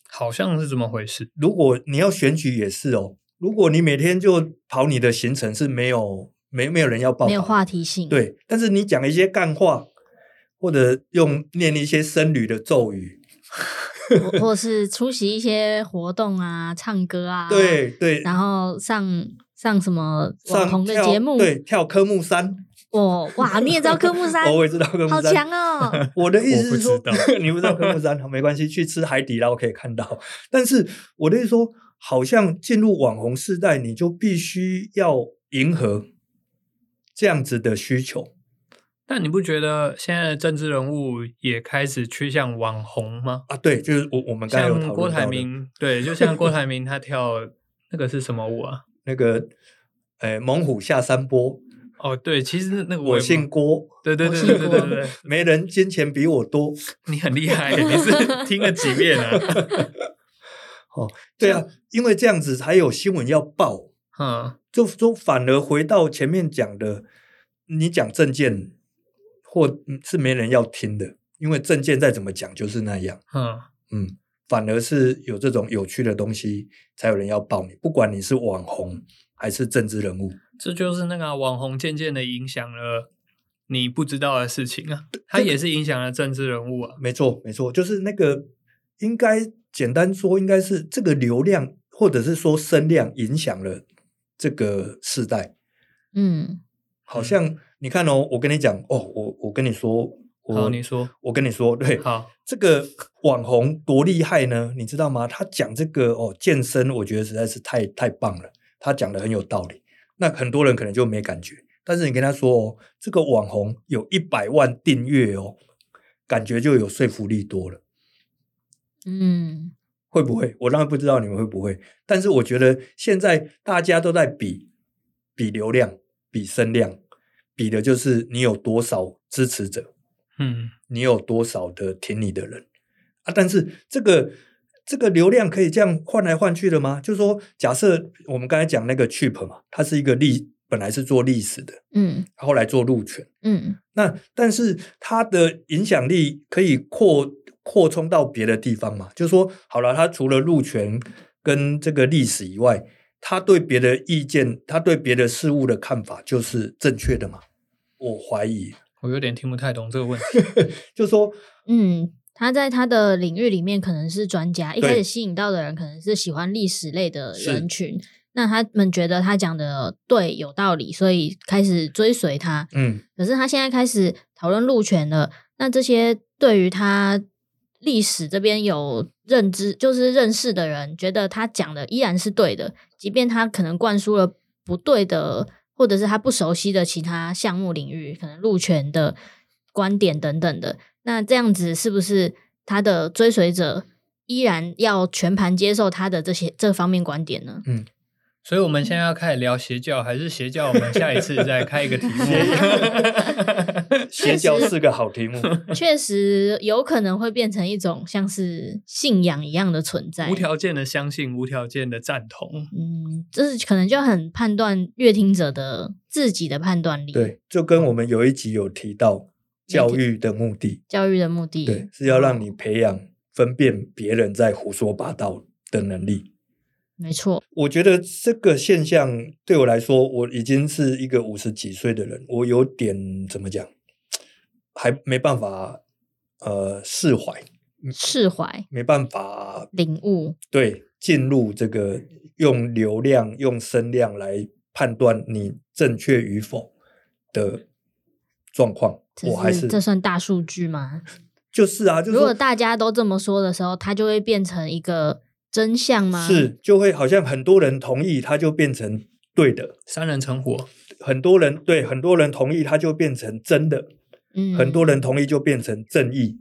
Speaker 1: 好像是这么回事。
Speaker 2: 如果你要选举也是哦，如果你每天就跑你的行程是没有没没有人要报道的，
Speaker 3: 没有话题性。，
Speaker 2: 哦对，但是你讲一些干话，或者用念一些僧侣的咒语，
Speaker 3: 或或是出席一些活动啊，唱歌啊，，
Speaker 2: 对对，
Speaker 3: 然后上上什么网
Speaker 2: 上
Speaker 3: 红的
Speaker 2: 跳
Speaker 3: 节目，
Speaker 2: 对，跳科目三，
Speaker 3: 哦，哇，你也知道科目三
Speaker 2: 哦，， 我也知道科目
Speaker 3: 好
Speaker 2: 三。
Speaker 3: 强哦，
Speaker 2: 我的意思是
Speaker 1: 我
Speaker 2: 说
Speaker 1: 不知，
Speaker 2: 你不知道科目三，好没关系，去吃海底捞可以看到。但是我的意思说，好像进入网红时代，你就必须要迎合这样子的需求。
Speaker 1: 但你不觉得现在的政治人物也开始趋向网红吗？
Speaker 2: 啊，对，就是我我们刚才有讨
Speaker 1: 像
Speaker 2: 论
Speaker 1: 郭台
Speaker 2: 到的
Speaker 1: 铭，对，就像郭台铭他跳那个是什么舞啊？
Speaker 2: 那个，呃，猛虎下山坡，
Speaker 1: 哦，对，其实那那个
Speaker 2: 我
Speaker 1: 也
Speaker 2: 姓郭，
Speaker 1: 对对
Speaker 3: 我
Speaker 1: 对
Speaker 3: 姓
Speaker 1: 对对
Speaker 3: 郭
Speaker 1: 对对，
Speaker 2: 没人金钱比我多。
Speaker 1: 你很厉害耶，你 是听了几遍啊？
Speaker 2: 对啊，因为这样子才有新闻要报。
Speaker 1: 嗯，
Speaker 2: 就就反而回到前面讲的，你讲证件或嗯是没人要听的，因为证件再怎么讲就是那样。
Speaker 1: 嗯，
Speaker 2: 嗯，反而是有这种有趣的东西，才有人要报你。不管你是网红还是政治人物，
Speaker 1: 这就是那个啊网红渐渐的影响了你不知道的事情啊，它也是影响了政治人物啊。
Speaker 2: 没错没错，就是那个应该简单说，应该是这个流量或者是说声量影响了这个世代。
Speaker 3: 嗯，
Speaker 2: 好像你看哦，我跟你讲哦，我我跟你说，
Speaker 1: 好，
Speaker 2: 我
Speaker 1: 你说
Speaker 2: 我跟你说，对，
Speaker 1: 好，
Speaker 2: 这个网红多厉害呢，你知道吗？他讲这个哦健身，我觉得实在是太太棒了，他讲的很有道理。那很多人可能就没感觉，但是你跟他说哦，这个网红有一百万订阅哦，感觉就有说服力多了。
Speaker 3: 嗯，
Speaker 2: 会不会？我当然不知道你们会不会，但是我觉得现在大家都在比比流量、比声量，比的就是你有多少支持者，
Speaker 1: 嗯，
Speaker 2: 你有多少的挺你的人啊。但是这个这个流量可以这样换来换去的吗？就是说，假设我们刚才讲那个 Chip 嘛，它是一个历本来是做历史的，
Speaker 3: 嗯，
Speaker 2: 后来做路权，
Speaker 3: 嗯，
Speaker 2: 那但是它的影响力可以扩扩充到别的地方嘛？就是说，好了，它除了路权跟这个历史以外，他对别的意见，他对别的事物的看法就是正确的嘛？我怀疑，
Speaker 1: 我有点听不太懂这个问题。
Speaker 2: 就是说，
Speaker 3: 嗯，他在他的领域里面可能是专家，一
Speaker 2: 对
Speaker 3: 开始吸引到的人可能是喜欢历史类的
Speaker 2: 是
Speaker 3: 人群，那他们觉得他讲的对有道理，所以开始追随他。
Speaker 2: 嗯，
Speaker 3: 可是他现在开始讨论路权了，那这些对于他历史这边有认知，就是认识的人，觉得他讲的依然是对的，即便他可能灌输了不对的，或者是他不熟悉的其他项目领域，可能路权的观点等等的，那这样子是不是他的追随者依然要全盘接受他的这些这方面观 点呢？
Speaker 1: 所以我们现在要开始聊邪教，还是邪教？我们下一次再开一个题 目。
Speaker 2: 邪教是个好题目，
Speaker 3: 确实有可能会变成一种像是信仰一样的存在
Speaker 1: 无。条件的相信，无条件的赞同。
Speaker 3: 嗯，这是可能就很判断阅听者的自己的判断力，，
Speaker 2: 对，就跟我们有一集有提到教育的目的，
Speaker 3: 教育的目的，
Speaker 2: 对，是要让你培养分辨别人在胡说八道的能力。
Speaker 3: 没错，
Speaker 2: 我觉得这个现象对我来说，我已经是一个五十几岁的人，我有点怎么讲，还没办法呃释怀，
Speaker 3: 释怀、
Speaker 2: 没办法
Speaker 3: 领悟，
Speaker 2: 对进入这个用流量、用声量来判断你正确与否的状况，
Speaker 3: 这
Speaker 2: 我还是
Speaker 3: 这算大数据吗？
Speaker 2: 就是啊，就是
Speaker 3: 如果
Speaker 2: 说
Speaker 3: 大家都这么说的时候，它就会变成一个真相吗？
Speaker 2: 是就会好像很多人同意，它就变成对的；
Speaker 1: 三人成虎，
Speaker 2: 很多人对很多人同意，它就变成真的。
Speaker 3: 嗯，
Speaker 2: 很多人同意就变成正义，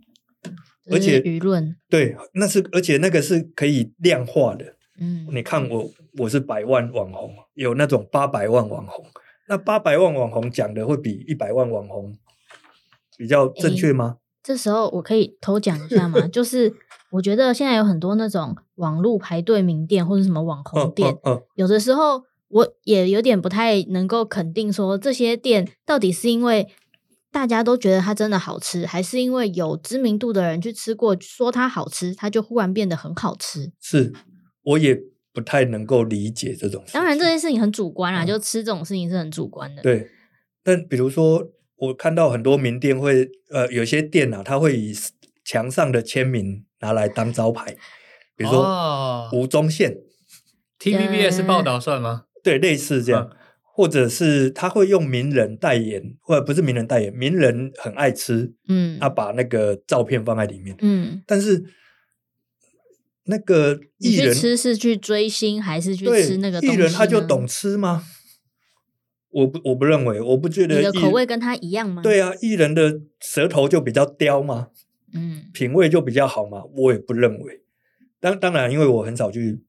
Speaker 3: 这
Speaker 2: 而
Speaker 3: 是
Speaker 2: 且
Speaker 3: 舆论，
Speaker 2: 对，那是而且那个是可以量化的。
Speaker 3: 嗯，
Speaker 2: 你看我我是百万网红，有那种八百万网红，那八百万网红讲的会比一百万网红比较正确吗？
Speaker 3: 这时候我可以偷讲一下吗？就是 我觉得现在有很多那种网络排队名店或者什么网红
Speaker 2: 嗯
Speaker 3: 店，
Speaker 2: 嗯嗯，
Speaker 3: 有的时候我也有点不太能够肯定说这些店到底是因为大家都觉得它真的好吃，还是因为有知名度的人去吃过，说它好吃，它就忽然变得很好吃。
Speaker 2: 是，我也不太能够理解这种事情。
Speaker 3: 当然，这件事情很主观啦，
Speaker 2: 嗯
Speaker 3: 就吃这种事情是很主观的。，
Speaker 2: 对，但比如说，我看到很多名店会，呃，有些店啊，它会以墙上的签名拿来当招牌，比如说
Speaker 1: 哦
Speaker 2: 吴宗宪，
Speaker 1: ，TVBS 报道算吗？
Speaker 2: 对，类似这样，
Speaker 3: 嗯
Speaker 2: 或者是他会用名人代言，或者不是名人代言，名人很爱吃，
Speaker 3: 嗯
Speaker 2: 他把那个照片放在里面，
Speaker 3: 嗯，
Speaker 2: 啊但是那个
Speaker 3: 你
Speaker 2: 艺
Speaker 3: 去
Speaker 2: 人
Speaker 3: 吃是去追星还是去
Speaker 2: 对
Speaker 3: 吃那个
Speaker 2: 艺
Speaker 3: 东西
Speaker 2: 人他就
Speaker 3: 呢
Speaker 2: 懂吃吗？我不我不认为，我不觉
Speaker 3: 你
Speaker 2: 得
Speaker 3: 的
Speaker 2: 艺
Speaker 3: 口味跟他一样吗？，
Speaker 2: 对啊，艺人的舌头就比较刁嘛，
Speaker 3: 嗯
Speaker 2: 品味就比较好嘛，我也不认为。当当然，因为我很少去，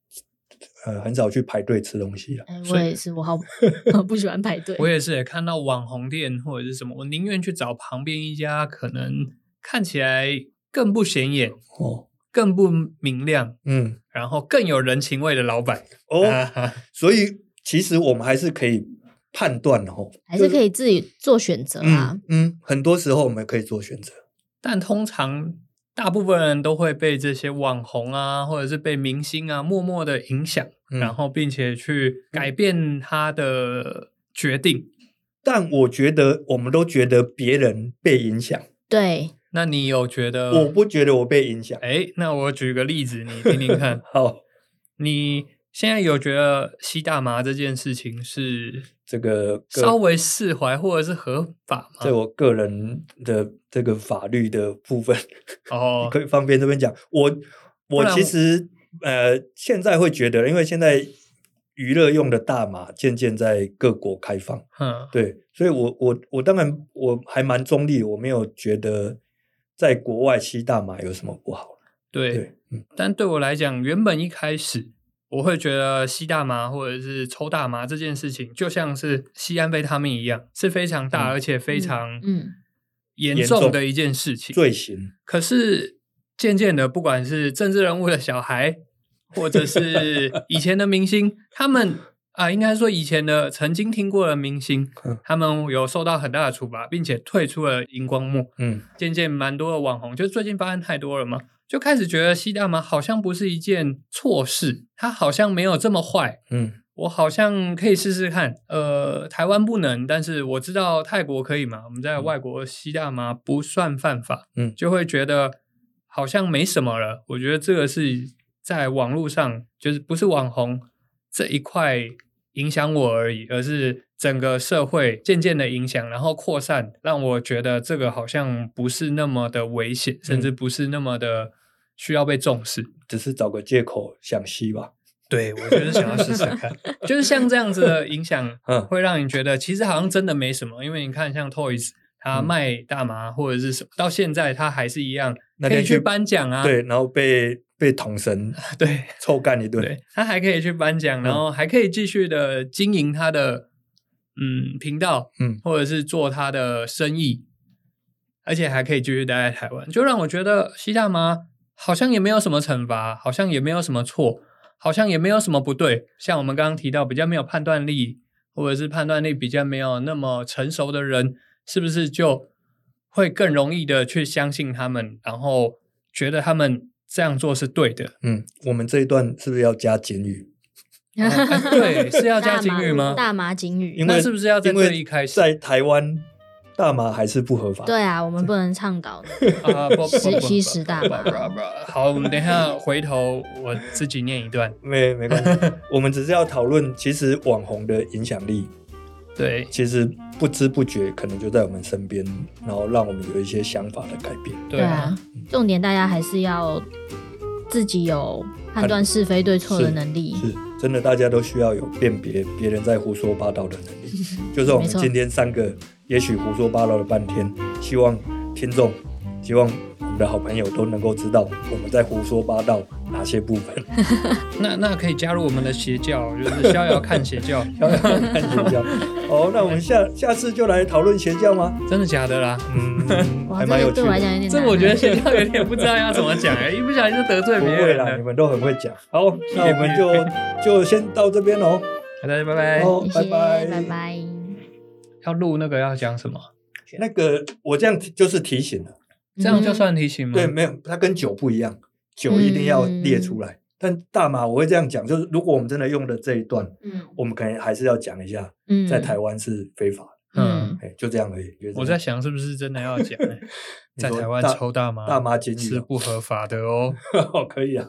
Speaker 2: 呃，很少去排队吃东西了。
Speaker 3: 哎，
Speaker 1: 所
Speaker 3: 我
Speaker 1: 以
Speaker 3: 也是，我好 我不喜欢排队。
Speaker 1: 我也是也看到网红店或者是什么，我宁愿去找旁边一家可能看起来更不显眼、
Speaker 2: 哦，
Speaker 1: 更不明亮，
Speaker 2: 嗯，
Speaker 1: 然后更有人情味的老板。
Speaker 2: 哦，
Speaker 1: 啊
Speaker 2: 所以其实我们还是可以判断哦，
Speaker 3: 还是可
Speaker 2: 以、
Speaker 3: 以自己做选择啊
Speaker 2: 嗯。嗯，很多时候我们可以做选择。
Speaker 1: 但通常大部分人都会被这些网红啊，或者是被明星啊，默默的影响，
Speaker 2: 嗯
Speaker 1: 然后并且去改变他的决定。
Speaker 2: 但我觉得，我们都觉得别人被影响，
Speaker 3: 对，
Speaker 1: 那你有觉得？
Speaker 2: 我不觉得我被影响。。
Speaker 1: 哎，那我举个例子，你听听看
Speaker 2: 好，
Speaker 1: 你现在有觉得吸大麻这件事情是
Speaker 2: 这个个
Speaker 1: 稍微释怀或者是合法
Speaker 2: 在
Speaker 1: 吗？
Speaker 2: 我个人的这个法律的部分，
Speaker 1: 哦，
Speaker 2: 可以方便这边讲，我我
Speaker 1: 然
Speaker 2: 其
Speaker 1: 我
Speaker 2: 实呃现在会觉得，因为现在娱乐用的大麻渐渐在各国开放，
Speaker 1: 嗯，
Speaker 2: 对，所以我我我当然我还蛮中立的，我没有觉得在国外吸大麻有什么不好，
Speaker 1: 对。
Speaker 2: 对，嗯
Speaker 1: 但对我来讲，原本一开始我会觉得吸大麻或者是抽大麻这件事情，就像是吸安非他命一样，是非常大
Speaker 2: 嗯
Speaker 1: 而且非
Speaker 3: 嗯
Speaker 1: 常
Speaker 3: 嗯
Speaker 1: 严
Speaker 2: 严
Speaker 1: 重
Speaker 2: 重
Speaker 1: 的一件事情。
Speaker 2: 罪行，
Speaker 1: 可是渐渐的，不管是政治人物的小孩，或者是以前的明星，他们啊、应该说以前的曾经听过的明星
Speaker 2: 嗯，
Speaker 1: 他们有受到很大的处罚，并且退出了荧光幕。
Speaker 2: 嗯，
Speaker 1: 渐渐蛮多的网红，就最近发现太多了嘛，就开始觉得吸大麻好像不是一件错事，它好像没有这么坏。
Speaker 2: 嗯
Speaker 1: 我好像可以试试看，呃，台湾不能，但是我知道泰国可以嘛。我们在外国吸大麻不算犯法，
Speaker 2: 嗯
Speaker 1: 就会觉得好像没什么了。我觉得这个是在网络上，就是不是网红这一块影响我而已，而是整个社会渐渐的影响，然后扩散，让我觉得这个好像不是那么的危险，甚至不是那么的需要被重视。
Speaker 2: 只是找个借口想吸吧，
Speaker 1: 对，我就是想要试试看， 就是像这样子的影响，
Speaker 2: 嗯
Speaker 1: 会让你觉得其实好像真的没什么，因为你看像 Toys。他
Speaker 2: 嗯
Speaker 1: 卖大麻或者是什么，到现在他还是一样
Speaker 2: 那
Speaker 1: 可以
Speaker 2: 天
Speaker 1: 去
Speaker 2: 去
Speaker 1: 颁奖啊，
Speaker 2: 对，然后被被捅神
Speaker 1: 对
Speaker 2: 臭干一 顿，
Speaker 1: 对，他还可以去颁奖，然后还可以继续的经营他的嗯频道，
Speaker 2: 嗯
Speaker 1: 或者是做他的生意，而且还可以继续待在台湾，就让我觉得吸大麻好像也没有什么惩罚，好像也没有什么错，好像也没有什么不对。像我们刚刚提到，比较没有判断力，或者是判断力比较没有那么成熟的人，是不是就会更容易的去相信他们，然后觉得他们这样做是对的？
Speaker 2: 嗯，我们这一段是不是要加警语？
Speaker 1: 哦哎对，是要加
Speaker 3: 大
Speaker 1: 警
Speaker 3: 麻
Speaker 1: 语吗？
Speaker 3: 大麻警语，
Speaker 2: 因
Speaker 1: 那
Speaker 2: 为
Speaker 1: 是不是要在
Speaker 2: 因为
Speaker 1: 最一开始
Speaker 2: 在台湾，大麻还是不合法。
Speaker 3: 对啊，我们不能倡导的。
Speaker 1: 啊，不不不
Speaker 3: 吸
Speaker 1: 不
Speaker 3: 吸食大麻
Speaker 1: 不不不不好，我们等一下回头我自己念一段。
Speaker 2: 没没 关系，我们只是要讨论，其实网红的影响力，
Speaker 1: 对
Speaker 2: 其实不知不觉可能就在我们身边，然后让我们有一些想法的改变。
Speaker 1: 对啊，，
Speaker 3: 重点大家还是要自己有判断是非对错的能力。
Speaker 2: 是真的，大家都需要有辨别别人在胡说八道的能力。 就是我们
Speaker 3: 没错
Speaker 2: 今天三个，也许胡说八道了半天，希望听众，希望我们的好朋友都能够知道我们在胡说八道哪些部分。
Speaker 1: 那那可以加入我们的邪教，就是逍遥看邪教，
Speaker 2: 要要看邪教，好，那我们下下次就来讨论邪教吗？
Speaker 1: 真的假的啦？
Speaker 2: 嗯，
Speaker 3: 哇，
Speaker 2: 还
Speaker 3: 这
Speaker 2: 蛮有
Speaker 3: 个
Speaker 2: 趣
Speaker 3: 对我来讲
Speaker 2: 的。
Speaker 3: 有点难。
Speaker 1: 这我觉得邪教有点不知道要怎么讲哎、一不小心就得罪
Speaker 2: 不
Speaker 1: 别
Speaker 2: 会
Speaker 1: 人
Speaker 2: 啦，你
Speaker 1: 了。
Speaker 2: 们都很会讲。好，那我们就就先到这边喽。
Speaker 1: 好大家拜拜。
Speaker 2: 好，
Speaker 3: 哎谢
Speaker 2: 拜拜，
Speaker 3: 谢，拜。拜。
Speaker 1: 要录那个要讲什么？
Speaker 2: 那个我这样提就是提醒了，
Speaker 1: 这
Speaker 3: 嗯
Speaker 1: 样就算提醒吗？
Speaker 2: 对，没有，它跟酒不一样，酒一定要列出
Speaker 3: 嗯
Speaker 2: 来。但大麻我会这样讲，就是如果我们真的用的这一段，
Speaker 3: 嗯
Speaker 2: 我们可能还是要讲一下，
Speaker 3: 嗯，
Speaker 2: 在台湾是非法的，
Speaker 1: 嗯
Speaker 3: 嗯，
Speaker 2: 哎，就这样而已。就是这样
Speaker 1: 我在想是不是真的要讲、哎
Speaker 2: 你
Speaker 1: 在
Speaker 2: 说
Speaker 1: 台湾
Speaker 2: 大
Speaker 1: 抽大麻，
Speaker 2: 大麻监狱
Speaker 1: 是
Speaker 2: 哦
Speaker 1: 不合法的哦。
Speaker 2: 可以啊，